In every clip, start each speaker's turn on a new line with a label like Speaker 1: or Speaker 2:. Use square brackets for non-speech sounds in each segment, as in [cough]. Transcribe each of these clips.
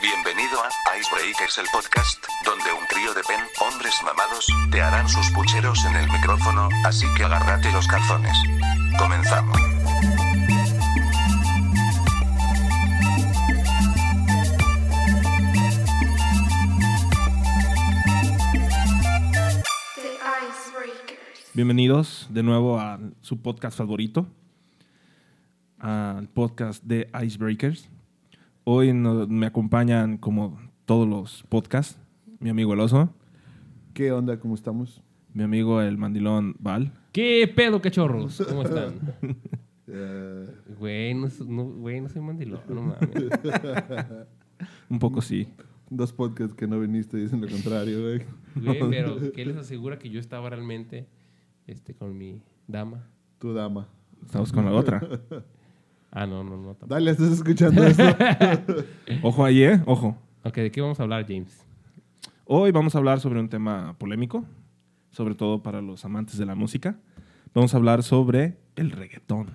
Speaker 1: Bienvenido a Icebreakers, el podcast, donde un trío de pen, hombres mamados, te harán sus pucheros en el micrófono, así que agárrate los calzones. Comenzamos.
Speaker 2: The Icebreakers.
Speaker 3: Bienvenidos de nuevo a su podcast favorito, al podcast de Icebreakers. Hoy no- me acompañan, como todos los podcasts, mi amigo El Oso,
Speaker 4: ¿Qué onda? ¿Cómo estamos?
Speaker 3: mi amigo El Mandilón Val.
Speaker 5: ¿Qué pedo, cachorros? ¿Cómo están?
Speaker 4: Eh,
Speaker 5: Güey, no, so- no- güey, no soy mandilón, no mames.
Speaker 3: Un poco sí.
Speaker 4: dos podcasts que no viniste dicen lo contrario,
Speaker 5: [laughs]
Speaker 4: güey. [laughs]
Speaker 5: Güey, pero ¿qué les asegura que yo estaba realmente este, con mi dama?
Speaker 4: Tu dama.
Speaker 3: Estamos con la otra.
Speaker 5: Ah, no, no, no. tampoco.
Speaker 4: Dale, ¿estás escuchando
Speaker 5: [laughs]
Speaker 4: esto?
Speaker 3: Ojo ahí, ¿eh? Ojo.
Speaker 5: Ok, ¿de qué vamos a hablar, James?
Speaker 3: Hoy vamos a hablar sobre un tema polémico, sobre todo para los amantes de la música. Vamos a hablar sobre el reggaetón.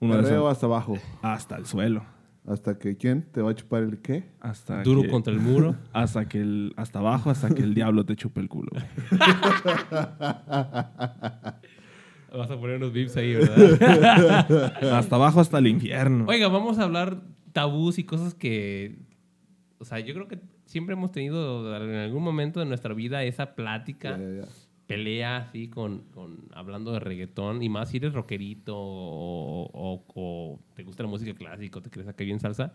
Speaker 3: Una vez
Speaker 4: Perreo hasta abajo.
Speaker 3: hasta el suelo.
Speaker 4: ¿Hasta que quién te va a chupar el qué?
Speaker 3: Hasta
Speaker 5: Duro
Speaker 3: que-
Speaker 5: contra el muro.
Speaker 3: Hasta que el, hasta abajo, hasta que el [laughs] diablo te chupe el culo. güey.
Speaker 5: Vas a poner unos vips ahí, ¿verdad?
Speaker 3: Hasta abajo, hasta el infierno.
Speaker 5: Oiga, vamos a hablar tabús y cosas que... O sea, yo creo que siempre hemos tenido en algún momento de nuestra vida esa plática.
Speaker 4: Ya, ya, ya.
Speaker 5: pelea así con, con- hablando de reggaetón y más si eres rockerito o, o- o te gusta la música clásica o te crees acá bien salsa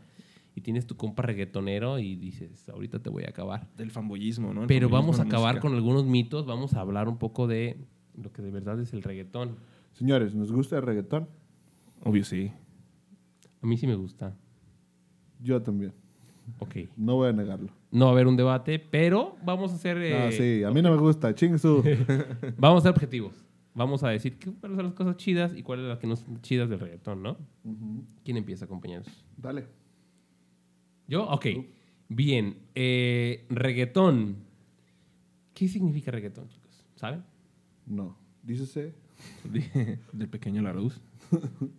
Speaker 5: y tienes tu compa reggaetonero y dices ahorita te voy a acabar
Speaker 3: Del fanboyismo, ¿no? El
Speaker 5: pero
Speaker 3: fanboyismo
Speaker 5: vamos a
Speaker 3: en la
Speaker 5: acabar
Speaker 3: música.
Speaker 5: con algunos mitos vamos a hablar un poco de lo que de verdad es el reggaetón
Speaker 4: Señores, ¿nos gusta el reggaetón?
Speaker 3: Obvio, sí. [laughs]
Speaker 5: a mí sí me gusta
Speaker 4: Yo también.
Speaker 5: ok
Speaker 4: No voy a negarlo.
Speaker 5: no va a haber un debate pero vamos a hacer
Speaker 3: Ah,
Speaker 5: eh,
Speaker 4: no, sí, a mí no me gusta. Ching su.
Speaker 5: [laughs] vamos a ser objetivos vamos a decir qué- cuáles son las cosas chidas y cuáles son las que no son chidas del reggaetón ¿no? ¿quién empieza compañeros?
Speaker 4: Dale.
Speaker 5: ¿Yo? Ok. Bien. Eh, reggaetón. ¿Qué significa reggaetón, chicos? ¿Saben?
Speaker 4: No. Dícese.
Speaker 3: Del pequeño Larus.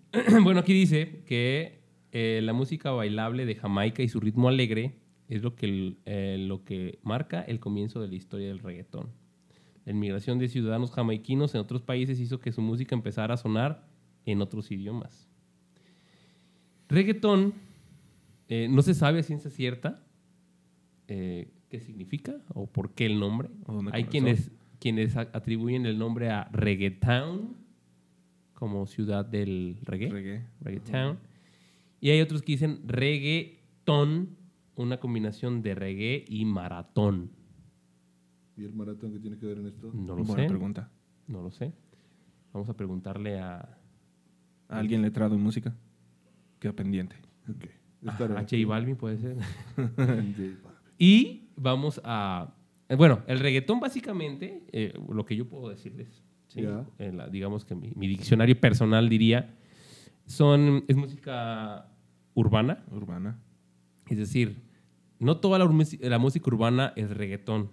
Speaker 5: [clears throat] bueno, aquí dice que eh, la música bailable de Jamaica y su ritmo alegre es lo que, el- eh, lo que marca el comienzo de la historia del reggaetón. La inmigración de ciudadanos jamaiquinos en otros países hizo que su música empezara a sonar en otros idiomas. Reggaetón eh, no se sabe a ciencia cierta eh, qué significa o por qué el nombre.
Speaker 3: ¿O dónde
Speaker 5: Hay
Speaker 3: comenzó?
Speaker 5: quienes, quienes a- atribuyen el nombre a Reggaetown como ciudad del reggae.
Speaker 3: Reggae.
Speaker 5: Reggaetown. Y hay otros que dicen reggaeton, una combinación de reggae y maratón.
Speaker 4: ¿Y el maratón que tiene que ver en esto?
Speaker 5: No lo
Speaker 3: Buena
Speaker 5: sé.
Speaker 3: pregunta.
Speaker 5: No lo sé. Vamos a preguntarle a,
Speaker 3: ¿A alguien letrado en música? Queda pendiente.
Speaker 4: Ok. Está
Speaker 5: a Ah, J Balvin, puede ser.
Speaker 4: [laughs] bien.
Speaker 5: Y vamos a... eh, Bueno, el reggaetón básicamente, eh, lo que yo puedo decirles, ¿sí?
Speaker 4: Ya.
Speaker 5: En la- digamos que mi, mi diccionario personal diría, son, es música urbana,
Speaker 3: Urbana.
Speaker 5: es decir, no toda la, urmus- la música urbana es reggaetón,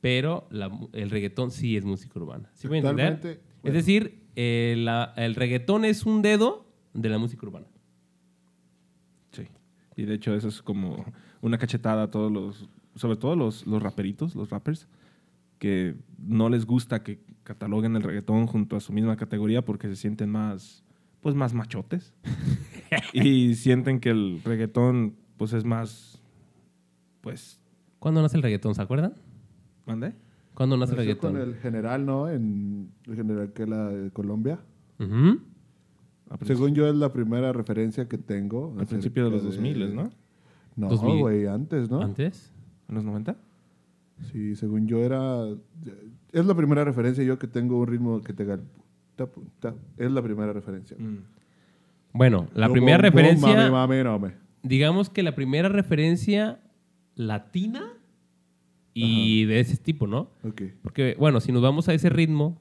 Speaker 5: pero la mu- el reggaetón sí es música urbana. ¿Sí me voy a entender?
Speaker 4: Actualmente,
Speaker 5: Es
Speaker 4: bueno.
Speaker 5: decir, eh, la- el reggaetón es un dedo de la música urbana.
Speaker 3: Sí. Y de hecho, eso es como una cachetada a todos los. Sobre todo los, los raperitos, los rappers, que no les gusta que cataloguen el reggaetón junto a su misma categoría porque se sienten más. Pues más
Speaker 5: [laughs]
Speaker 3: machotes. y sienten que el reggaetón, pues es más. Pues.
Speaker 5: ¿Cuándo nace el reggaetón? ¿Se acuerdan?
Speaker 3: ¿Mandé?
Speaker 5: ¿Cuándo nace el
Speaker 4: Nació
Speaker 5: reggaetón?
Speaker 4: con el general, ¿no? En el general que la de Colombia.
Speaker 5: Ujú.
Speaker 3: A princi-
Speaker 4: Según yo es la primera referencia que tengo.
Speaker 3: al principio de los
Speaker 4: acerca
Speaker 3: 2000, ¿no?
Speaker 4: No,
Speaker 5: 2000.
Speaker 4: güey, antes, ¿no?
Speaker 5: ¿Antes?
Speaker 3: ¿En los 90?
Speaker 4: Sí, según yo era... Es la primera referencia yo que tengo un ritmo que te gal- tap, tap. Es la primera referencia.
Speaker 5: Mm. Bueno, la
Speaker 4: Yo
Speaker 5: primera
Speaker 4: bom, bom,
Speaker 5: referencia,
Speaker 4: Mame, mame, no, me.
Speaker 5: digamos que la primera referencia latina y de ese tipo, ¿no?
Speaker 4: Ok.
Speaker 5: Porque, bueno, si nos vamos a ese ritmo,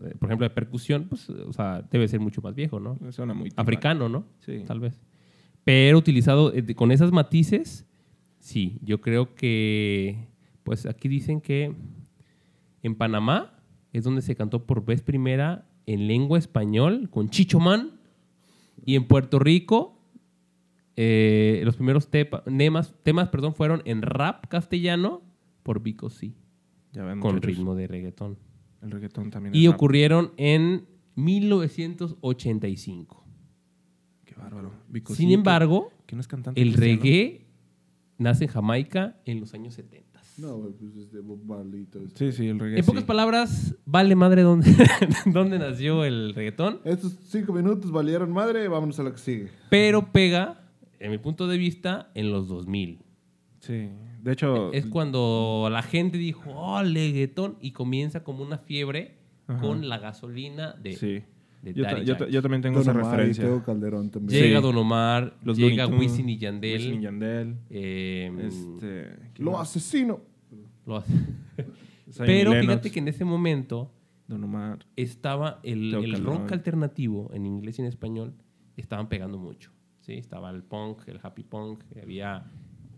Speaker 5: eh, por ejemplo, de percusión, pues, o sea, debe ser mucho más viejo, ¿no?
Speaker 3: Suena muy.
Speaker 5: Africano, ¿no?
Speaker 3: Sí.
Speaker 5: Tal vez. Pero utilizado eh, de- con esas matices, sí, yo creo que, pues aquí dicen que en Panamá es donde se cantó por vez primera en lengua español con Chichomán y en Puerto Rico eh, los primeros tepa- nemas- temas perdón, fueron en rap castellano por Vico C,
Speaker 3: Ya ven,
Speaker 5: con
Speaker 3: muchachos,
Speaker 5: ritmo de reggaetón.
Speaker 3: El reggaetón también.
Speaker 5: Y
Speaker 3: es rap.
Speaker 5: ocurrieron en 1985.
Speaker 3: Qué bárbaro. Vico,
Speaker 5: Sin
Speaker 3: sí,
Speaker 5: embargo,
Speaker 3: que- que no es cantante
Speaker 5: el
Speaker 3: cristiano.
Speaker 5: reggae nace en Jamaica en los años 70.
Speaker 4: No, güey, pues es de Bob Marley y todo eso.
Speaker 3: Sí, sí, el reggae.
Speaker 5: En pocas
Speaker 3: sí.
Speaker 5: palabras, vale madre dónde, [laughs] dónde nació el reggaetón,
Speaker 4: Estos cinco minutos valieron madre, vámonos a lo que sigue.
Speaker 5: pero pega, en mi punto de vista, en los 2000.
Speaker 3: Sí. De hecho,
Speaker 5: Es cuando la gente dijo, oh, reggaetón, y comienza como una fiebre
Speaker 3: Ajá.
Speaker 5: con la gasolina de,
Speaker 3: sí.
Speaker 5: de
Speaker 3: Yo, ta-
Speaker 5: Daddy
Speaker 3: yo ta-
Speaker 5: Yankee.
Speaker 3: yo también tengo
Speaker 4: Don
Speaker 3: esa
Speaker 4: Omar y
Speaker 3: referencia.
Speaker 4: Teo Calderón también.
Speaker 5: Llega
Speaker 3: Sí.
Speaker 5: Don Omar,
Speaker 3: Los
Speaker 5: llega
Speaker 3: Looney Tunes,
Speaker 5: Wisin y Yandel.
Speaker 3: Wisin y Yandel.
Speaker 5: eh,
Speaker 3: Este, ¿quién
Speaker 4: Lo
Speaker 3: más?
Speaker 4: asesino.
Speaker 5: lo hace.
Speaker 3: Zion
Speaker 5: Pero
Speaker 3: Lennox,
Speaker 5: fíjate que en ese momento
Speaker 3: Don Omar.
Speaker 5: estaba el,
Speaker 3: Teo
Speaker 5: el
Speaker 3: Calderón.
Speaker 5: rock alternativo en inglés y en español estaban pegando mucho sí estaba el punk el happy punk había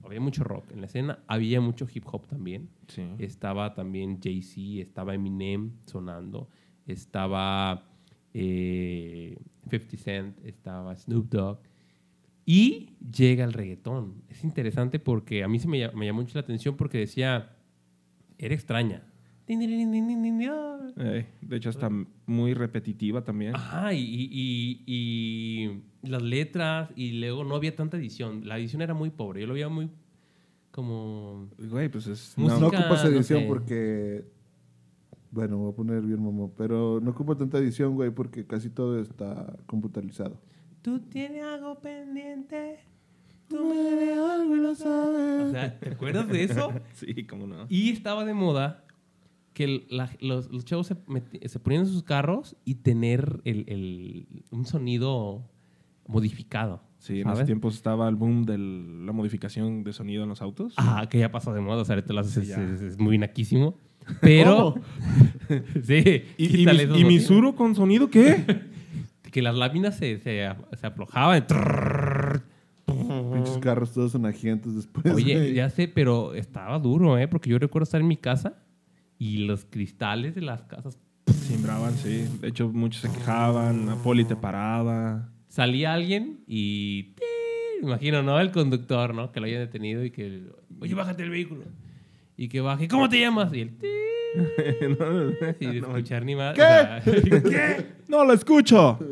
Speaker 5: había mucho rock en la escena había mucho hip hop también
Speaker 3: Sí.
Speaker 5: estaba también Jay Z estaba Eminem sonando estaba eh, 50 Cent estaba Snoop Dogg y llega el reggaetón es interesante porque a mí se me, lla- me llamó mucho la atención porque decía era extraña Din, din, din, din, din, din, din.
Speaker 3: Eh, de hecho, está muy repetitiva también.
Speaker 5: Ajá, y, y- y- y las letras, y luego no había tanta edición. La edición era muy pobre. Yo lo veía muy como...
Speaker 3: Güey, pues es.
Speaker 4: No,
Speaker 5: Música,
Speaker 3: no.
Speaker 4: ocupas
Speaker 5: no
Speaker 4: edición
Speaker 5: sé.
Speaker 4: porque. Bueno, me voy a poner bien mamón. Pero no ocupa tanta edición, güey, porque casi todo está computarizado.
Speaker 5: Tú tienes algo pendiente. Tú me debes algo y lo sabes. O sea, ¿te acuerdas de eso?
Speaker 3: [laughs] Sí, cómo no.
Speaker 5: Y estaba de moda que el- la- los, los chavos se, meti- se ponían en sus carros y tener el, el- un sonido modificado.
Speaker 3: Sí, en
Speaker 5: ¿sabes?
Speaker 3: los tiempos estaba el boom de la modificación de sonido en los autos.
Speaker 5: Ah, que ya pasó de moda, o sea, ahorita lo haces,
Speaker 3: Sí,
Speaker 5: es,
Speaker 3: ya.
Speaker 5: es- es muy
Speaker 3: [laughs]
Speaker 5: naquísimo. Pero. [laughs] sí,
Speaker 3: ¿Y, y,
Speaker 5: quítale
Speaker 3: mis-
Speaker 5: esos
Speaker 3: y
Speaker 5: botones.
Speaker 3: Misuro con sonido qué? [laughs]
Speaker 5: Que las láminas se, se, se aflojaban. Trrrr.
Speaker 4: Pinches carros todos sonajientos después.
Speaker 5: Oye,
Speaker 4: güey. [laughs]
Speaker 5: ya sé, pero estaba duro, ¿eh? Porque yo recuerdo estar en mi casa y los cristales de las casas.
Speaker 3: Simbraban, sí. De hecho, muchos se quejaban. Napoli te paraba. [laughs]
Speaker 5: Salía alguien y. ¡tí! Imagino, ¿no? El conductor, ¿no? Que lo hayan detenido y que. Oye, bájate del vehículo. Y que baje. ¿Cómo te llamas? Y
Speaker 4: [laughs]
Speaker 5: el. ¡tí!
Speaker 3: no,
Speaker 5: Sin escuchar ni más.
Speaker 4: ¿Qué? [laughs]
Speaker 5: ¿Qué?
Speaker 3: ¡No lo escucho!
Speaker 5: [laughs]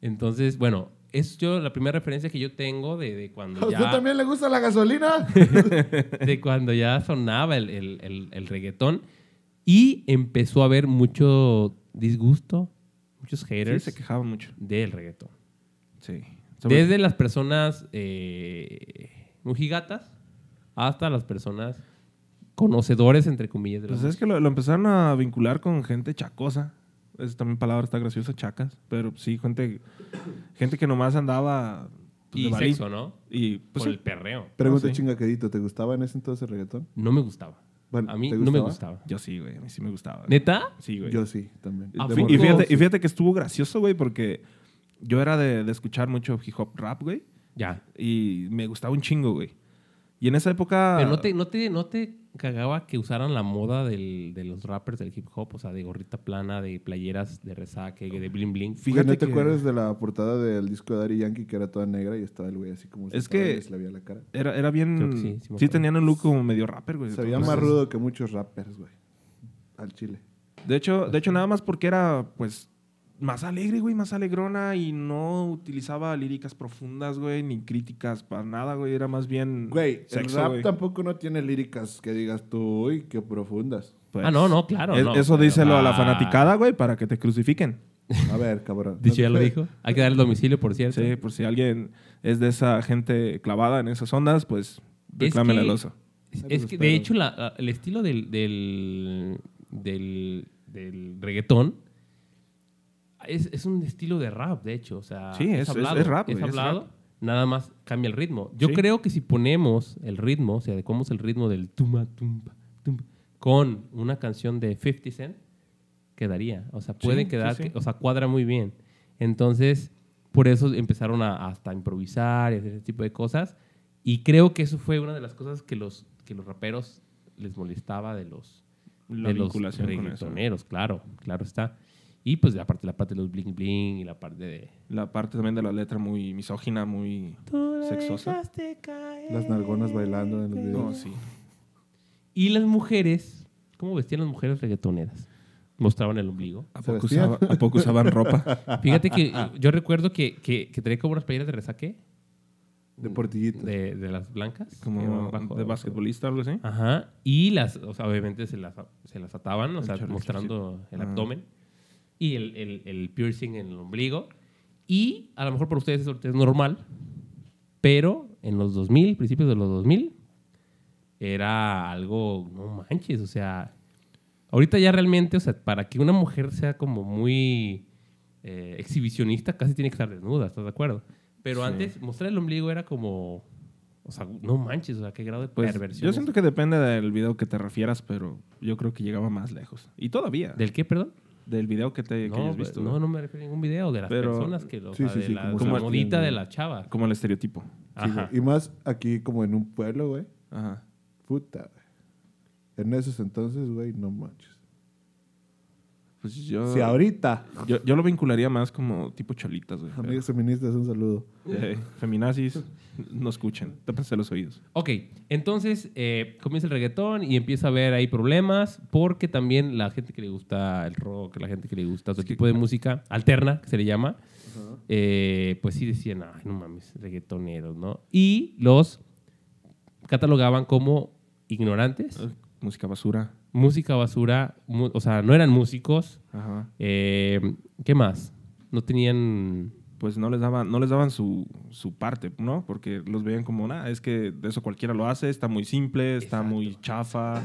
Speaker 5: Entonces, bueno, es yo la primera referencia que yo tengo de, de
Speaker 4: ¿A [laughs]
Speaker 5: cuando
Speaker 4: usted
Speaker 5: ya
Speaker 4: también le gusta la
Speaker 3: [laughs]
Speaker 4: gasolina? [laughs]
Speaker 5: de cuando ya sonaba el, el- el- el reggaetón y empezó a haber mucho disgusto, muchos
Speaker 3: Sí,
Speaker 5: haters
Speaker 3: se quejaban mucho.
Speaker 5: del reggaetón.
Speaker 3: Sí. Sobre-
Speaker 5: Desde las personas eh, mojigatas hasta las personas conocedores, entre comillas. de la
Speaker 3: Pues es que lo, lo empezaron a vincular con gente chacosa. Es también palabra está graciosa, chacas. Pero sí, gente, gente que nomás andaba. pues,
Speaker 5: y
Speaker 3: de valí.
Speaker 5: sexo, ¿no?
Speaker 3: Y pues,
Speaker 5: Por
Speaker 3: sí.
Speaker 5: el perreo.
Speaker 4: Pregunta
Speaker 3: Ah, sí.
Speaker 4: chingaquedito, ¿te gustaba en ese entonces el reggaetón?
Speaker 5: No me gustaba.
Speaker 4: Bueno,
Speaker 5: a mí
Speaker 4: ¿te
Speaker 5: no me
Speaker 4: gustaba?
Speaker 5: gustaba.
Speaker 3: yo sí, güey. A mí sí me gustaba.
Speaker 5: ¿Neta?
Speaker 3: Sí, güey.
Speaker 4: Yo sí, también.
Speaker 5: Ah,
Speaker 3: De
Speaker 5: ¿sí?
Speaker 3: morro. y,
Speaker 5: poco?
Speaker 3: fíjate, y fíjate que estuvo gracioso, güey, porque yo era de, de escuchar mucho hip hop rap, güey.
Speaker 5: Ya.
Speaker 3: Y me gustaba un chingo, güey. Y en esa época.
Speaker 5: Pero no te, no, te, no te cagaba que usaran la moda del- de los rappers del hip hop, o sea, de gorrita plana, de playeras de resaque, de bling bling.
Speaker 3: Fí-
Speaker 4: Fíjate ¿No
Speaker 3: fíjate
Speaker 4: te
Speaker 3: que-
Speaker 4: acuerdas de la portada del disco de Daddy Yankee que era toda negra y estaba el güey así como...
Speaker 3: Es
Speaker 4: sentado
Speaker 3: que-
Speaker 4: y se le veía la cara?
Speaker 3: Era, era bien.
Speaker 5: Creo que sí, sí me
Speaker 3: sí,
Speaker 5: acuerdo.
Speaker 3: tenían un look como medio rapper, güey.
Speaker 4: Se veía
Speaker 3: Entonces,
Speaker 4: más rudo que muchos rappers, güey. Al chile.
Speaker 3: De hecho, de hecho, nada más porque era, pues, más alegre, güey, más alegrona y no utilizaba líricas profundas, güey, ni críticas para nada, güey. Era más bien.
Speaker 4: Güey, el
Speaker 3: sexo,
Speaker 4: rap
Speaker 3: güey.
Speaker 4: tampoco no tiene líricas que digas tú, uy, qué profundas.
Speaker 3: Pues,
Speaker 5: ah, no, no, claro.
Speaker 3: es-
Speaker 5: no,
Speaker 3: eso
Speaker 5: pero-
Speaker 3: díselo a la
Speaker 5: Ah,
Speaker 3: fanaticada, güey, para que te crucifiquen.
Speaker 4: A
Speaker 5: [laughs]
Speaker 4: ver, cabrón.
Speaker 5: Dicho ya lo dijo. Hay que dar el domicilio, por cierto.
Speaker 3: Sí, por si alguien es de esa gente clavada en esas ondas, pues reclámenle
Speaker 5: que-
Speaker 3: al oso.
Speaker 5: Es,
Speaker 4: Ay,
Speaker 5: es
Speaker 4: pues
Speaker 5: que, de
Speaker 4: espero.
Speaker 5: hecho, la- la- el estilo del, del, del, del reggaetón es, es un estilo de rap, de hecho. O sea,
Speaker 3: Sí, es- es- es rap,
Speaker 5: Es
Speaker 3: güey, es
Speaker 5: hablado,
Speaker 3: rap.
Speaker 5: nada más cambia el ritmo. Yo
Speaker 3: Sí.
Speaker 5: creo que si ponemos el ritmo, o sea, adecuamos el ritmo del tumba, tumba, tumba, con una canción de 50 Cent, quedaría. O sea, puede
Speaker 3: Sí,
Speaker 5: quedar,
Speaker 3: sí, sí.
Speaker 5: que- o sea, cuadra muy bien. Entonces, por eso empezaron a hasta improvisar y hacer ese tipo de cosas. Y creo que eso fue una de las cosas que los, que los raperos les molestaba de los,
Speaker 3: La
Speaker 5: de los
Speaker 3: vinculación con eso.
Speaker 5: reggaetoneros, claro, claro está. Y pues aparte la parte de los bling bling y la parte de...
Speaker 3: La parte también de la letra muy misógina, muy sexosa.
Speaker 4: Las nargonas bailando en los videos.
Speaker 3: No, sí.
Speaker 5: Y las mujeres, ¿cómo vestían las mujeres reggaetoneras? Mostraban el
Speaker 3: [laughs]
Speaker 5: ombligo.
Speaker 3: ¿A
Speaker 4: ¿Se
Speaker 3: poco,
Speaker 4: vestían?
Speaker 3: usaba- ¿A poco usaban ropa?
Speaker 5: Fíjate que eh, yo recuerdo que, que, que traía como unas playeras de resaque
Speaker 4: De portillita.
Speaker 5: de, de las blancas. que
Speaker 3: Como
Speaker 5: van bajo-
Speaker 3: de basquetbolista, algo así.
Speaker 5: Ajá. Y las, o sea, obviamente se las, se las ataban, o sea,
Speaker 3: chorro,
Speaker 5: mostrando el
Speaker 3: Ah.
Speaker 5: abdomen y el, el- el piercing en el ombligo. Y a lo mejor para ustedes eso es normal, pero en los 2000, principios de los 2000, era algo, no manches, o sea, ahorita ya realmente, o sea, para que una mujer sea como muy eh, exhibicionista, casi tiene que estar desnuda, ¿estás de acuerdo? Pero
Speaker 3: Sí.
Speaker 5: antes mostrar el ombligo era como, o sea, no manches, o sea, qué grado de
Speaker 3: Pues
Speaker 5: perversión.
Speaker 3: yo
Speaker 5: es
Speaker 3: siento que depende del video que te refieras, pero yo creo que llegaba más lejos. Y todavía. Del,
Speaker 5: ¿Del qué, perdón?
Speaker 3: video que, te, que
Speaker 5: No,
Speaker 3: hayas visto.
Speaker 5: no,
Speaker 3: güey.
Speaker 5: no me refiero a ningún video de las
Speaker 3: Pero-
Speaker 5: personas que lo,
Speaker 4: sí,
Speaker 5: o sea,
Speaker 4: sí,
Speaker 5: de
Speaker 4: sí,
Speaker 5: la,
Speaker 4: como
Speaker 5: la
Speaker 4: se
Speaker 5: modita
Speaker 4: entiende.
Speaker 5: de la chava.
Speaker 3: Como el estereotipo.
Speaker 4: Sí,
Speaker 5: Ajá.
Speaker 4: güey. y más aquí como en un pueblo, güey.
Speaker 3: Ajá.
Speaker 4: Puta, güey. En esos entonces, güey, no manches.
Speaker 3: Pues yo,
Speaker 5: Ah.
Speaker 4: Si ahorita,
Speaker 3: yo, yo lo vincularía más como tipo cholitas, güey.
Speaker 4: amigos feministas, un saludo.
Speaker 3: Eh, feminazis, no escuchen. Tápense los oídos.
Speaker 5: Ok, entonces eh, comienza el reggaetón y empieza a haber ahí problemas porque también la gente que le gusta el rock, la gente que le gusta otro tipo de música alterna, que se le llama, eh, pues sí decían, ay, no mames, reggaetoneros, ¿no? Y los catalogaban como ignorantes,
Speaker 3: Eh, Música basura.
Speaker 5: música basura, mu- o sea, no eran músicos.
Speaker 3: Ajá.
Speaker 5: eh, ¿Qué más? No tenían...
Speaker 3: Pues no les daban, no les daban su, su parte, ¿no? Porque los veían como, nada, es que de eso cualquiera lo hace, está muy simple, está
Speaker 5: Exacto.
Speaker 3: muy
Speaker 5: [laughs]
Speaker 3: chafa.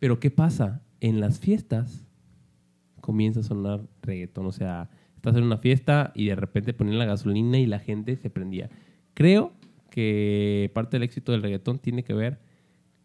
Speaker 5: Pero ¿qué pasa? En las fiestas comienza a sonar reggaetón. O sea, estás en una fiesta y de repente ponían la gasolina y la gente se prendía. Creo que parte del éxito del reggaetón tiene que ver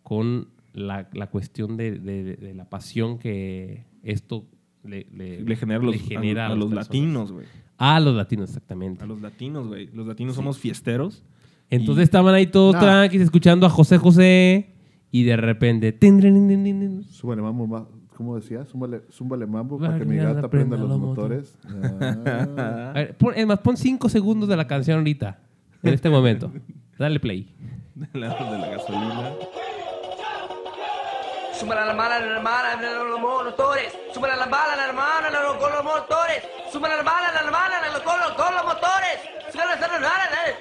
Speaker 5: con la, la cuestión de, de- de la pasión que esto le, le-
Speaker 3: Le genera, los,
Speaker 5: le genera
Speaker 3: a, a
Speaker 5: a, las
Speaker 3: los
Speaker 5: personas.
Speaker 3: latinos, güey.
Speaker 5: A los latinos, exactamente.
Speaker 3: A los latinos, güey. Los latinos somos fiesteros. [laughs]
Speaker 5: Entonces estaban ahí todos
Speaker 4: Nah.
Speaker 5: tranquis escuchando a José José y de repente... tin, tin, tin, tin, tin.
Speaker 4: Súbale mambo, ma- ¿cómo decía? Súbale, súbale mambo para que mi
Speaker 5: Variada,
Speaker 4: gata prenda
Speaker 5: prenda
Speaker 4: los
Speaker 5: los
Speaker 4: motores. Ah.
Speaker 5: [laughs] A ver, pon- es más, pon 5 segundos de la canción ahorita, en este momento. Dale play.
Speaker 3: de la, de la gasolina.
Speaker 6: Súbala la mala, la hermana, la- los motores. Súbala la bala, la hermana, la- los- con los motores. Súbala la bala, la hermana, la- los- con los- con los motores. Súbala la hermana, la-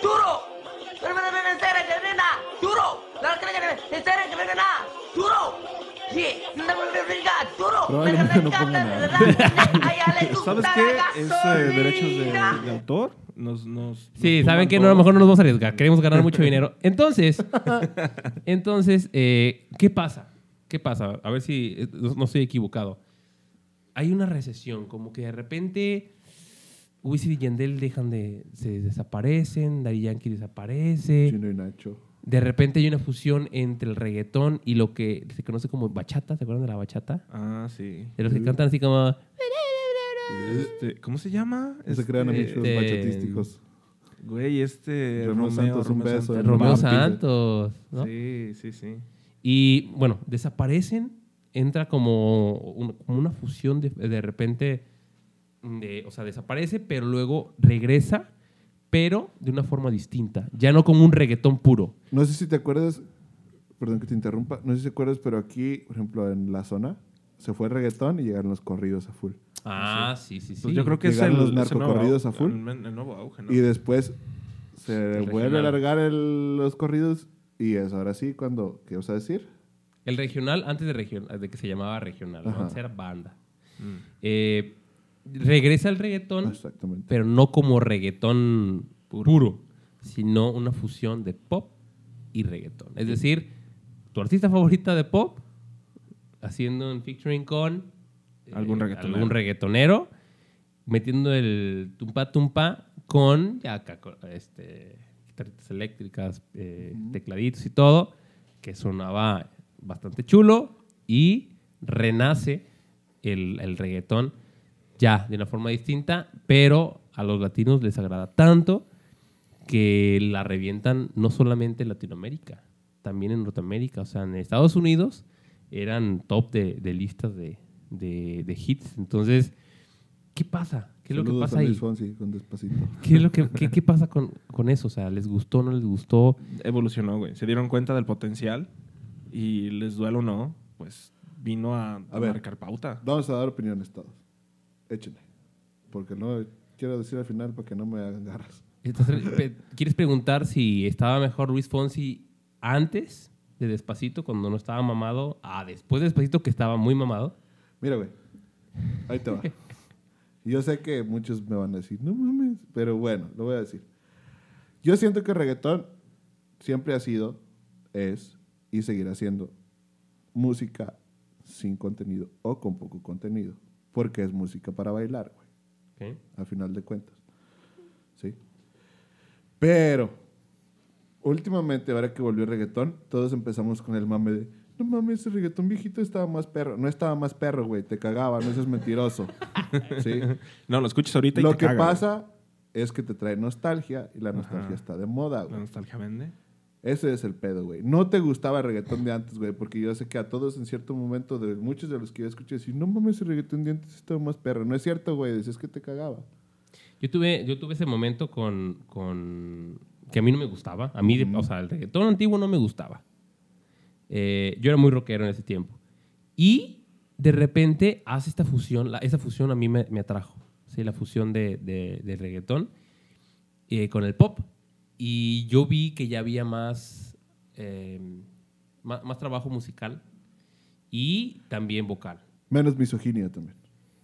Speaker 6: duro. Súbala la hermana, la- la- la- la- Duro. La otra, la- la- la- la- la- la- Duro. Yeah. La- la- la- la- la- duro.
Speaker 4: Probablemente no ponga nada.
Speaker 3: [laughs] ¿Sabes qué? Es eh, derechos de, de autor. Nos, nos,
Speaker 5: Sí,
Speaker 3: nos
Speaker 5: saben
Speaker 3: tumban
Speaker 5: que no, a lo
Speaker 3: todo.
Speaker 5: mejor no nos vamos a arriesgar. Queremos ganar mucho dinero. Entonces, entonces eh, ¿qué pasa? ¿Qué pasa? A ver si eh, no, no estoy equivocado. Hay una recesión, como que de repente Wisin y Yandel dejan de... se desaparecen, Daddy Yankee desaparece.
Speaker 4: Chino y Nacho.
Speaker 5: De repente hay una fusión entre el reggaetón y lo que se conoce como bachata. ¿Se acuerdan de la bachata?
Speaker 3: Ah, sí.
Speaker 5: De los que cantan así como...
Speaker 3: Este, ¿Cómo se llama?
Speaker 4: No se crean amigos
Speaker 3: este,
Speaker 5: este-
Speaker 4: bachatísticos.
Speaker 3: Güey, este.
Speaker 4: Romeo Santos, un beso.
Speaker 3: Santos.
Speaker 5: Romeo
Speaker 4: Vampiro.
Speaker 5: Santos, ¿no?
Speaker 3: Sí, sí, sí.
Speaker 5: Y bueno, desaparecen, entra como, un- como una fusión de, de repente, de, o sea, desaparece, pero luego regresa, pero de una forma distinta, ya no como un reggaetón puro.
Speaker 4: No sé si te acuerdas, perdón que te interrumpa, no sé si te acuerdas, pero aquí, por ejemplo, en la zona, se fue el reggaetón y llegaron los corridos a full.
Speaker 5: Ah, sí, sí, sí.
Speaker 3: Pues yo creo que es el.
Speaker 4: Llegaron los
Speaker 3: ese nuevo
Speaker 4: narcocorridos
Speaker 3: au-
Speaker 4: a full.
Speaker 3: El, el nuevo auge, ¿no?
Speaker 4: Y después se
Speaker 5: El
Speaker 4: vuelve a
Speaker 5: regional.
Speaker 4: alargar el- los corridos y es ahora sí cuando, ¿qué vas a decir?
Speaker 5: El regional, antes de, region- de que se llamaba regional, ¿no?
Speaker 4: Ajá.
Speaker 5: antes era banda. Eh, regresa el reggaetón,
Speaker 4: Exactamente.
Speaker 5: pero no como reggaetón puro, sino una fusión de pop y reggaetón. Es decir, tu artista favorita de pop haciendo un featuring con eh,
Speaker 3: Algún reggaetonero.
Speaker 5: algún reggaetonero, metiendo el tumpa tumpa con ya acá, con, este, guitarritas eléctricas, eh, tecladitos y todo, que sonaba bastante chulo y renace el, el reggaetón ya de una forma distinta, pero a los latinos les agrada tanto que la revientan no solamente en Latinoamérica, también en Norteamérica. O sea, en Estados Unidos eran top de, de listas de, de- de hits. Entonces, ¿Qué pasa? ¿Qué es lo que
Speaker 4: Saludos
Speaker 5: pasa
Speaker 4: a
Speaker 5: ahí?
Speaker 4: Luis Fonsi con Despacito.
Speaker 5: ¿Qué, es lo que, qué, qué pasa con, con eso? O sea, ¿les gustó, no les gustó?
Speaker 3: Evolucionó, güey. Se dieron cuenta del potencial y les duele o no, pues vino a,
Speaker 4: A ver.
Speaker 3: marcar pauta.
Speaker 4: Vamos a dar opiniones todos. Échenle. Porque no quiero decir al final para que no me hagan garras.
Speaker 5: Entonces, pe- ¿Quieres preguntar si estaba mejor Luis Fonsi antes de Despacito, cuando no estaba mamado, a después de Despacito, que estaba muy mamado?
Speaker 4: Mira, güey. Ahí te va. Yo sé que muchos me van a decir, no mames, pero bueno, lo voy a decir. Yo siento que el reggaetón siempre ha sido, es y seguirá siendo música sin contenido o con poco contenido. Porque es música para bailar, güey.
Speaker 5: Ok.
Speaker 4: a final de cuentas. ¿Sí? Pero, últimamente, ahora que volvió el reggaetón, todos empezamos con el mame de, no mames, el reggaetón viejito estaba más perro. No estaba más perro, güey, te cagaba, no
Speaker 3: [laughs]
Speaker 4: seas mentiroso. ¿Sí?
Speaker 3: No, lo escuchas ahorita y
Speaker 4: Lo
Speaker 3: te
Speaker 4: que
Speaker 3: caga, güey.
Speaker 4: pasa es que te trae nostalgia y la nostalgia está de moda,
Speaker 3: La
Speaker 4: güey.
Speaker 3: nostalgia vende.
Speaker 4: Ese es el pedo, güey. No te gustaba el reggaetón de antes, güey, porque yo sé que a todos en cierto momento, de muchos de los que yo escuché, decir, no mames, el reggaetón de antes estaba más perro. No es cierto, güey, decías que te cagaba.
Speaker 5: Yo tuve, yo tuve ese momento con, con- que a mí no me gustaba. A mí, de- o sea, el reggaetón antiguo no me gustaba. Eh, yo era muy rockero en ese tiempo. Y de repente hace esta fusión. la- esa fusión a mí me, me atrajo. ¿sí? La fusión de, de- del reggaetón eh, con el pop. Y yo vi que ya había más, eh, ma- más trabajo musical y también vocal.
Speaker 4: Menos misoginia también.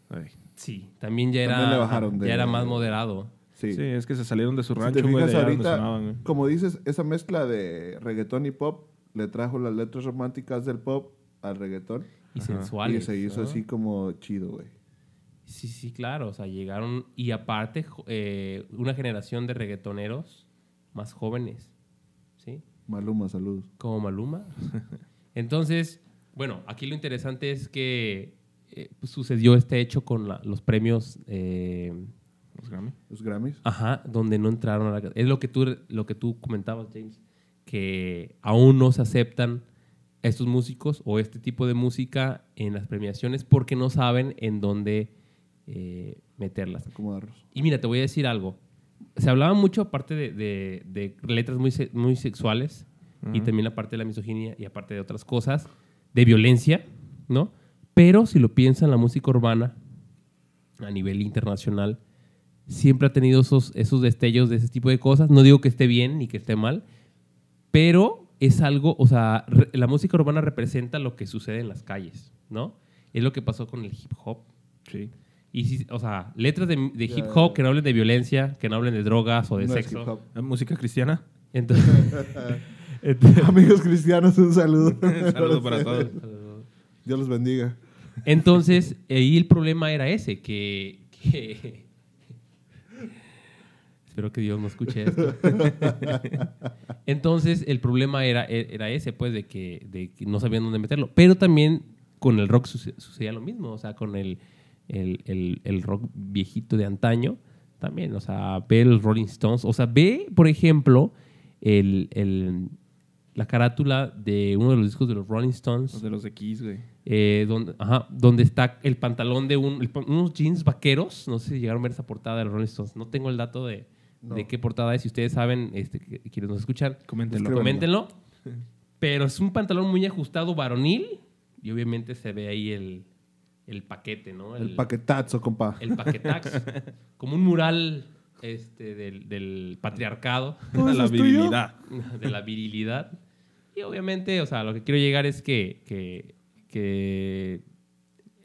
Speaker 3: Ay.
Speaker 5: Sí, también ya era,
Speaker 4: También le bajaron de-
Speaker 5: ya era más moderado.
Speaker 4: Sí.
Speaker 3: Sí, es que se salieron de su
Speaker 4: si te
Speaker 3: rancho, güey.
Speaker 4: fijas
Speaker 3: de allá donde
Speaker 4: ahorita,
Speaker 3: sonaban, güey.
Speaker 4: como dices, esa mezcla de reggaetón y pop le trajo las letras románticas del pop al reggaetón.
Speaker 5: Y sensuales.
Speaker 4: y se hizo
Speaker 5: ¿no?
Speaker 4: así como chido, güey.
Speaker 5: Sí, sí, claro. O sea, llegaron. Y aparte, jo- eh, una generación de reggaetoneros más jóvenes. ¿Sí?
Speaker 4: Maluma, saludos. [laughs]
Speaker 5: Como Maluma. Entonces, bueno, aquí lo interesante es que eh, pues, sucedió este hecho con la- los premios. eh,
Speaker 3: Los Grammy.
Speaker 4: Los Grammys.
Speaker 5: ajá, donde no entraron a la. Es lo que tú, lo que tú comentabas, James. Que aún no se aceptan estos músicos o este tipo de música en las premiaciones porque no saben en dónde eh, meterlas.
Speaker 4: Acomodarlos.
Speaker 5: Y mira, te voy a decir algo. Se hablaba mucho, aparte de, de- de letras muy, se- muy sexuales, y también la parte de la misoginia y aparte de otras cosas, de violencia, ¿no? Pero si lo piensan, la música urbana, a nivel internacional, siempre ha tenido esos, esos destellos de ese tipo de cosas. No digo que esté bien ni que esté mal, pero es algo, o sea, re- la música urbana representa lo que sucede en las calles, ¿no? Es lo que pasó con el hip hop,
Speaker 3: Sí.
Speaker 5: y sí, o sea, letras de, de
Speaker 4: Ya,
Speaker 5: hip
Speaker 4: ya,
Speaker 5: hop
Speaker 4: ya.
Speaker 5: que no hablen de violencia, que no hablen de drogas o
Speaker 3: Pues
Speaker 5: de
Speaker 4: No es hip
Speaker 5: sexo.
Speaker 4: hop. [laughs]
Speaker 3: ¿La Ah, música cristiana?
Speaker 5: Entonces, [laughs]
Speaker 4: Amigos cristianos, un saludo.
Speaker 3: [laughs] Saludos para todos.
Speaker 4: Dios los bendiga.
Speaker 5: entonces ahí el problema era ese, que... que- Espero que Dios no escuche esto. Entonces el problema era, era ese, pues, de que, de que no sabían dónde meterlo. Pero también con el rock suce- sucedía lo mismo, o sea, con el, el, el- el rock viejito de antaño también, o sea, ve el Rolling Stones, o sea, ve, por ejemplo, el, el- la carátula de uno de los discos de los Rolling Stones
Speaker 3: Los de los de Kiss, güey.
Speaker 5: eh, donde, ajá, donde está el pantalón de un- el pa- unos jeans vaqueros. No sé si llegaron a ver esa portada de los Rolling Stones. No tengo el dato de, de qué portada es. Si ustedes saben, este, que- quienes nos escuchan,
Speaker 3: Coméntenlo.
Speaker 5: pues, coméntenlo. Pero es un pantalón muy ajustado varonil y obviamente se ve ahí el, el paquete, ¿no?
Speaker 3: Pues
Speaker 4: El paquetazo, compa.
Speaker 5: el paquetax. como un mural este, del, del patriarcado
Speaker 3: A [laughs] la virilidad.
Speaker 5: [laughs] de la virilidad. Y obviamente, o sea, lo que quiero llegar es que, que, que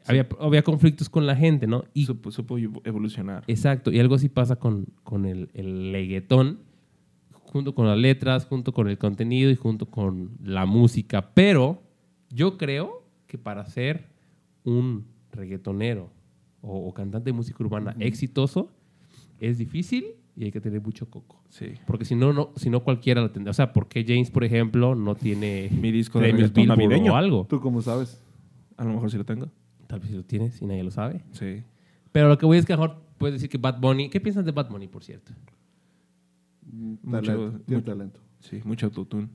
Speaker 5: había, había conflictos con la gente, ¿no? Y,
Speaker 3: Supo, supo evolucionar.
Speaker 4: Eh.
Speaker 5: exacto, y algo así pasa con, con el, el leguetón, junto con las letras, junto con el contenido y junto con la música. Pero yo creo que para ser un reggaetonero o, o cantante de música urbana exitoso es difícil y hay que tener mucho coco.
Speaker 3: Sí.
Speaker 5: Porque si no, no, si no cualquiera la tendría. O sea, ¿por qué James, por ejemplo, no tiene
Speaker 3: Mi disco de
Speaker 5: premios
Speaker 3: reggaetón
Speaker 5: Billboard
Speaker 3: navideño?
Speaker 5: o algo?
Speaker 4: Tú, como sabes.
Speaker 3: A lo mejor sí lo tengo.
Speaker 5: Tal vez sí lo tienes y nadie lo sabe.
Speaker 3: Sí.
Speaker 5: Pero lo que voy es que a lo mejor puedes decir que Bad Bunny... ¿Qué piensas de Bad Bunny, por cierto?
Speaker 4: Talento.
Speaker 3: Mucho-
Speaker 4: Tiene
Speaker 3: mucho-
Speaker 4: talento.
Speaker 3: Sí, mucho autotune.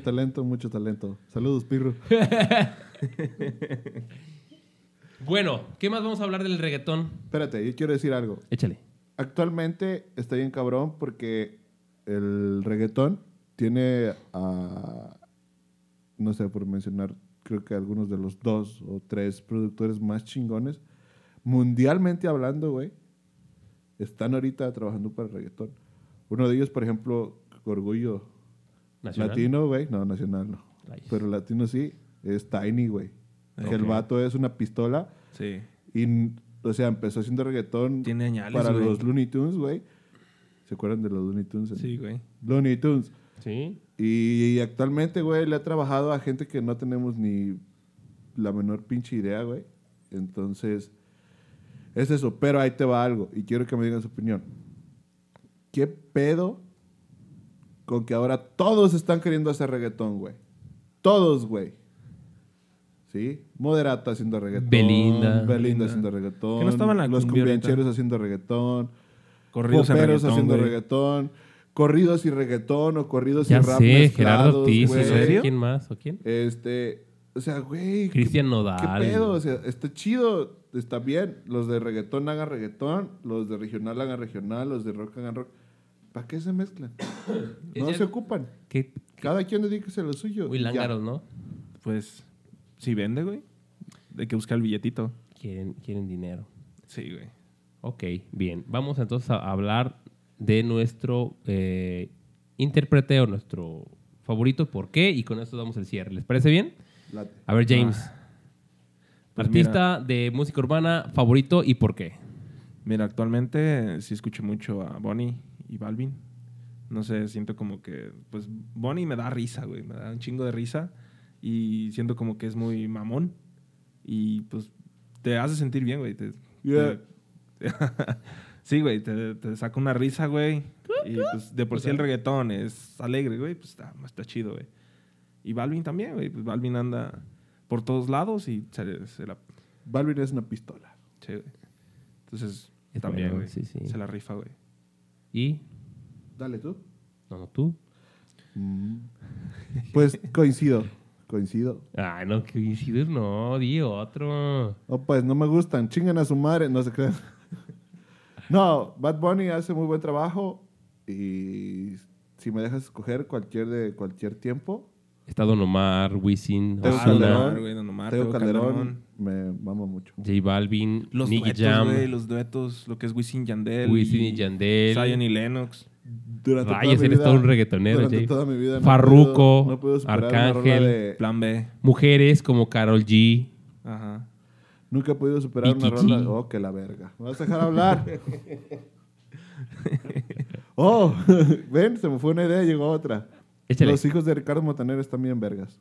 Speaker 3: [laughs]
Speaker 4: talento, mucho talento. Saludos, Pirro.
Speaker 5: Bueno, ¿qué más vamos a hablar del reggaetón?
Speaker 4: Espérate, yo quiero decir algo.
Speaker 5: Échale.
Speaker 4: Actualmente está bien cabrón porque el reggaetón tiene a, no sé, por mencionar, creo que algunos de los dos o tres productores más chingones, mundialmente hablando, güey, están ahorita trabajando para el reggaetón. Uno de ellos, por ejemplo, Orgullo
Speaker 5: Nacional.
Speaker 4: Latino, güey, no, nacional no.
Speaker 5: Rayos.
Speaker 4: Pero latino sí, es Tiny, güey. Que el
Speaker 3: Ok.
Speaker 4: vato es una pistola.
Speaker 3: Sí.
Speaker 4: Y, n- o sea, empezó haciendo reggaetón
Speaker 3: Tiene añales,
Speaker 4: para
Speaker 3: güey.
Speaker 4: los Looney Tunes, güey. ¿Se acuerdan de los Looney Tunes?
Speaker 3: Sí, güey.
Speaker 4: Looney Tunes.
Speaker 5: Sí.
Speaker 4: Y, actualmente, güey, le ha trabajado a gente que no tenemos ni la menor pinche idea, güey. Entonces, es eso. Pero ahí te va algo. Y quiero que me digan su opinión. ¿Qué pedo con que ahora todos están queriendo hacer reggaetón, güey? Todos, güey. ¿Sí? Moderato haciendo reggaetón.
Speaker 5: Belinda.
Speaker 4: Belinda,
Speaker 3: Belinda.
Speaker 4: haciendo reggaetón.
Speaker 3: Que no estaba en la
Speaker 4: Los
Speaker 3: cumbia ahorita.
Speaker 4: cumbiancheros haciendo reggaetón.
Speaker 3: Corridos en
Speaker 4: Poperos
Speaker 3: reggaetón,
Speaker 4: haciendo
Speaker 3: güey.
Speaker 4: reggaetón, corridos y reggaetón o corridos y
Speaker 5: Ya
Speaker 4: rap
Speaker 5: sé,
Speaker 4: mezclados,
Speaker 5: Gerardo Ortiz.
Speaker 4: güey.
Speaker 5: ¿no?
Speaker 3: serio?
Speaker 5: ¿Quién más? ¿O quién?
Speaker 4: Este, o sea, güey, ¿qué-
Speaker 5: Cristian
Speaker 4: ¿Qué
Speaker 5: Nodal.
Speaker 4: pedo? O sea, está chido, está bien. Los de reggaetón hagan reggaetón, los de regional hagan regional, los de rock hagan rock. ¿Para qué
Speaker 3: [coughs]
Speaker 4: se mezclan? No
Speaker 5: Ya-
Speaker 4: se ocupan.
Speaker 5: Qué
Speaker 4: Cada quien dedíquese a lo suyo.
Speaker 5: muy
Speaker 4: y ya.
Speaker 5: lángaros, ¿no?
Speaker 3: Pues, sí vende, güey. Hay que buscar el billetito.
Speaker 5: Quieren, quieren dinero.
Speaker 3: Sí, güey.
Speaker 5: Ok, bien. Vamos entonces a hablar de nuestro eh, intérprete o nuestro favorito, por qué, y con esto damos el cierre. ¿Les parece bien?
Speaker 4: Late.
Speaker 5: A ver, James.
Speaker 3: Ah, pues
Speaker 5: artista de música urbana favorito y por qué.
Speaker 3: Mira, actualmente sí escucho mucho a Bonnie y Balvin. No sé, siento como que, pues Bonnie me da risa, güey, me da un chingo de risa y siento como que es muy mamón y pues te hace sentir bien, güey. te-
Speaker 4: Yeah.
Speaker 3: te- [laughs] sí, güey, te, te saca una risa, güey. Y pues de por sí el reggaetón es alegre, güey, pues está, está chido, güey. Y Balvin también, güey, pues Balvin anda por todos lados y se, se la...
Speaker 4: Balvin es una pistola.
Speaker 3: Sí, güey. Entonces,
Speaker 5: Es
Speaker 3: también,
Speaker 5: bueno,
Speaker 3: güey.
Speaker 5: sí, sí.
Speaker 3: Se la rifa, güey.
Speaker 5: Y.
Speaker 4: Dale
Speaker 5: [laughs]
Speaker 4: tú.
Speaker 5: No, no, tú.
Speaker 4: Pues coincido, coincido.
Speaker 5: Ay, Ah, no, que coincidir, no, di otro.
Speaker 4: Oh, pues no me gustan, chingan a su madre, no se crean. [laughs] No, Bad Bunny hace muy buen trabajo y si me dejas escoger cualquier de cualquier tiempo,
Speaker 5: Está Don Omar, Wisin,
Speaker 4: Tego
Speaker 3: Ah,
Speaker 5: Ozuna,
Speaker 3: Calderón, güey, Don Omar,
Speaker 4: Tego
Speaker 3: Tego
Speaker 4: Calderón
Speaker 3: Calderón.
Speaker 4: me mama mucho.
Speaker 5: J Balvin,
Speaker 3: Los
Speaker 5: Nicky
Speaker 3: duetos,
Speaker 5: Jam,
Speaker 3: güey, los duetos, lo que es Wisin y Yandel.
Speaker 5: Wisin y Yandel.
Speaker 3: Zion y Lennox.
Speaker 4: Durante
Speaker 5: Rayos,
Speaker 4: toda mi
Speaker 5: eres
Speaker 4: vida-
Speaker 5: todo un reggaetonero,
Speaker 4: durante
Speaker 5: Jay.
Speaker 4: toda mi vida no
Speaker 5: Farruko,
Speaker 4: puedo- no puedo superar una rola
Speaker 5: Arcángel,
Speaker 4: de-
Speaker 3: Plan B.
Speaker 5: mujeres como Carol G.
Speaker 3: Ajá.
Speaker 4: nunca he podido superar una
Speaker 5: Pichichi.
Speaker 4: rola. Oh, que la verga. ¿Me vas a dejar
Speaker 5: [laughs]
Speaker 4: hablar? oh, [laughs] ven, se me fue una idea, llegó otra.
Speaker 5: Échale.
Speaker 4: Los hijos de Ricardo Montaner están bien vergas.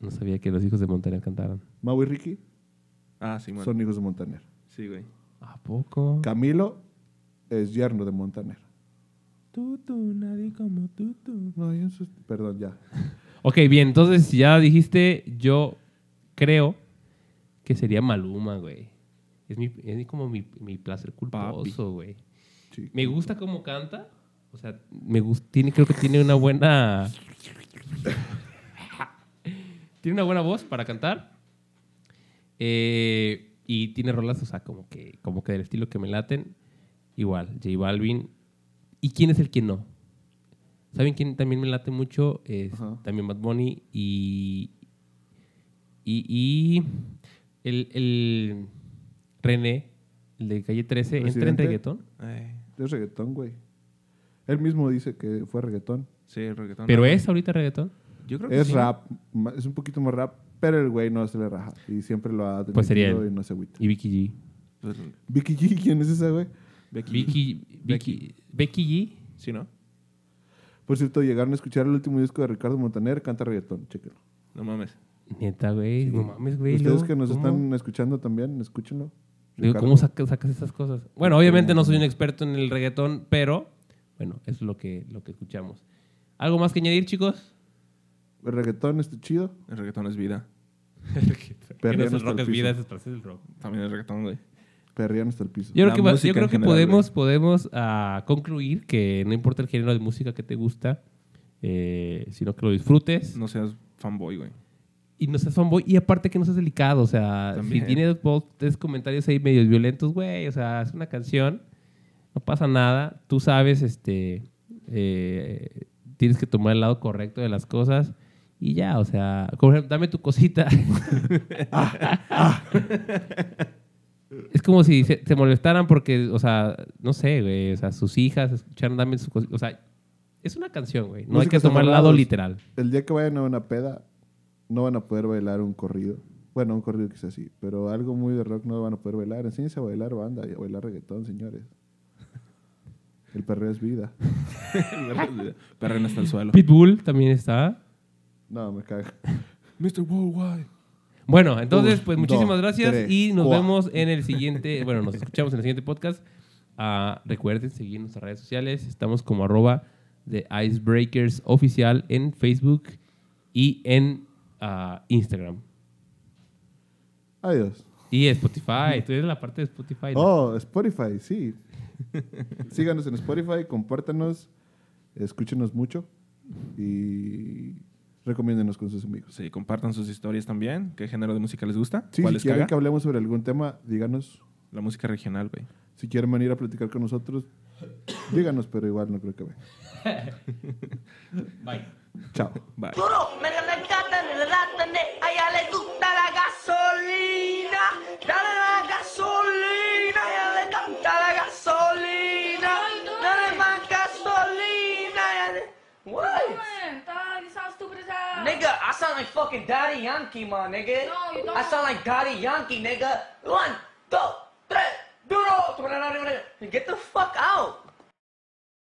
Speaker 5: No sabía que los hijos de Montaner cantaran.
Speaker 4: Mau y Ricky
Speaker 3: Ah, sí, bueno.
Speaker 4: son hijos de Montaner.
Speaker 3: Sí, güey.
Speaker 5: ¿A poco?
Speaker 4: Camilo es yerno de Montaner.
Speaker 3: Tú, tú, nadie como tú, tú.
Speaker 4: No, yo sus- Perdón, ya.
Speaker 5: Ok, bien, entonces si ya dijiste, yo creo que sería Maluma, güey. Es, mi, es como mi, mi placer culposo, güey.
Speaker 4: Sí.
Speaker 5: Me gusta cómo canta. O sea, me gusta, tiene, creo que tiene una buena... [laughs] tiene una buena voz para cantar. Eh, y tiene rolas, o sea, como que, como que del estilo que me laten. Igual, J Balvin. ¿Y quién es el que no? ¿Saben quién también me late mucho? Es
Speaker 4: Ajá.
Speaker 5: también Bad Bunny y... Y... y el, el René, el de Calle 13, ¿entra en
Speaker 4: ¿Residente?
Speaker 5: reggaetón?
Speaker 3: Ay,
Speaker 4: Es reggaetón, güey. Él mismo dice que fue reggaetón.
Speaker 3: sí, el reggaetón.
Speaker 5: ¿Pero es ahorita reggaetón?
Speaker 3: Yo creo que
Speaker 4: Es
Speaker 3: sí.
Speaker 4: rap, ma- es un poquito más rap, pero el güey no se le raja. Y siempre lo ha tenido
Speaker 5: Pues sería él.
Speaker 4: y no se agüita.
Speaker 5: Y Vicky G.
Speaker 3: Pues,
Speaker 4: Vicky G, ¿quién es esa, güey?
Speaker 5: Vicky, Vicky, Becky G.
Speaker 3: sí, ¿no?
Speaker 4: Por cierto, llegaron a escuchar el último disco de Ricardo Montaner, canta reggaetón, chéquenlo.
Speaker 3: No mames.
Speaker 5: Neta, güey. No mames, güey.
Speaker 4: Ustedes
Speaker 5: luego,
Speaker 4: que nos
Speaker 5: ¿cómo?
Speaker 4: están escuchando también, escúchenlo.
Speaker 5: Digo,
Speaker 4: Ricardo.
Speaker 5: ¿cómo saca- sacas esas cosas? Bueno, obviamente no soy un experto en el reggaetón, pero bueno, eso es lo que, lo que escuchamos. ¿Algo más que añadir, [laughs] chicos?
Speaker 4: El reggaetón está chido.
Speaker 3: El reggaetón es vida.
Speaker 5: Que no es
Speaker 4: Perrean
Speaker 5: el
Speaker 4: hasta
Speaker 5: rock,
Speaker 4: el
Speaker 5: es vida,
Speaker 4: piso.
Speaker 5: es el placer del rock.
Speaker 3: También el reggaetón, güey.
Speaker 4: Perrean hasta el piso.
Speaker 5: Yo
Speaker 3: La
Speaker 5: creo que, va-
Speaker 3: música
Speaker 5: yo creo
Speaker 3: en
Speaker 5: que
Speaker 3: general,
Speaker 5: podemos, podemos ah, concluir que no importa el género de música que te gusta, eh, sino que lo disfrutes.
Speaker 3: No seas fanboy, güey. [laughs]
Speaker 5: y no seas fanboy y aparte que no seas delicado, o sea,
Speaker 3: También.
Speaker 5: si tienes dos, tres comentarios ahí medios violentos, güey, o sea, es una canción, no pasa nada, tú sabes, este, eh, tienes que tomar el lado correcto de las cosas y ya, o sea, como ejemplo, dame tu cosita. Es como si se, se molestaran porque, o sea, no sé, güey, o sea, sus hijas escucharon dame su cosita, o sea, es una canción, güey, no hay que
Speaker 4: Músicos
Speaker 5: tomar el lado
Speaker 4: amarrados.
Speaker 5: literal.
Speaker 4: El día que vayan a una peda, no van a poder bailar un corrido. Bueno, un corrido quizás sí, pero algo muy de rock no van a poder bailar. Enséñense a bailar banda y a bailar reggaetón, señores. El perreo es vida.
Speaker 3: Perren hasta el
Speaker 5: [laughs]
Speaker 3: suelo.
Speaker 5: Pitbull también está.
Speaker 4: No, me caga.
Speaker 3: Mr. Worldwide.
Speaker 5: Bueno, entonces,
Speaker 4: Un,
Speaker 5: pues muchísimas
Speaker 4: dos,
Speaker 5: gracias
Speaker 4: tres,
Speaker 5: y nos
Speaker 4: cuatro.
Speaker 5: vemos en el siguiente, [laughs] bueno, nos escuchamos en el siguiente podcast. Ah, recuerden seguir nuestras redes sociales, estamos como arroba de Icebreakers Oficial en Facebook y en ah, Instagram.
Speaker 4: Adiós. [laughs]
Speaker 5: Y Spotify, tú eres la parte de Spotify. ¿no?
Speaker 4: Oh, Spotify, sí. Síganos en Spotify, compártanos, escúchenos mucho y recomiéndenos con sus amigos.
Speaker 3: Sí, compartan sus historias también. ¿Qué género de música les gusta?
Speaker 4: Sí,
Speaker 3: ¿Cuál
Speaker 4: si
Speaker 3: les
Speaker 4: quieren
Speaker 3: caga?
Speaker 4: que hablemos sobre algún tema, díganos.
Speaker 3: La música regional, güey.
Speaker 4: Si quieren venir a platicar con nosotros, díganos, pero igual no creo que vengan.
Speaker 5: Bye.
Speaker 4: Chao.
Speaker 3: Bye.
Speaker 6: Duro, me rescatan el ratón de allá le gusta la gasolina. Dale la gasolina, ya le canta la gasolina. Dale más gasolina, ya le... What?
Speaker 2: Dog, you sound stupid as hell.
Speaker 6: Nigga, I sound like fucking Daddy Yankee, my nigga.
Speaker 2: No, you
Speaker 6: I
Speaker 2: don't.
Speaker 6: sound like Daddy Yankee, nigga. One, two, three, duro. Get the fuck out.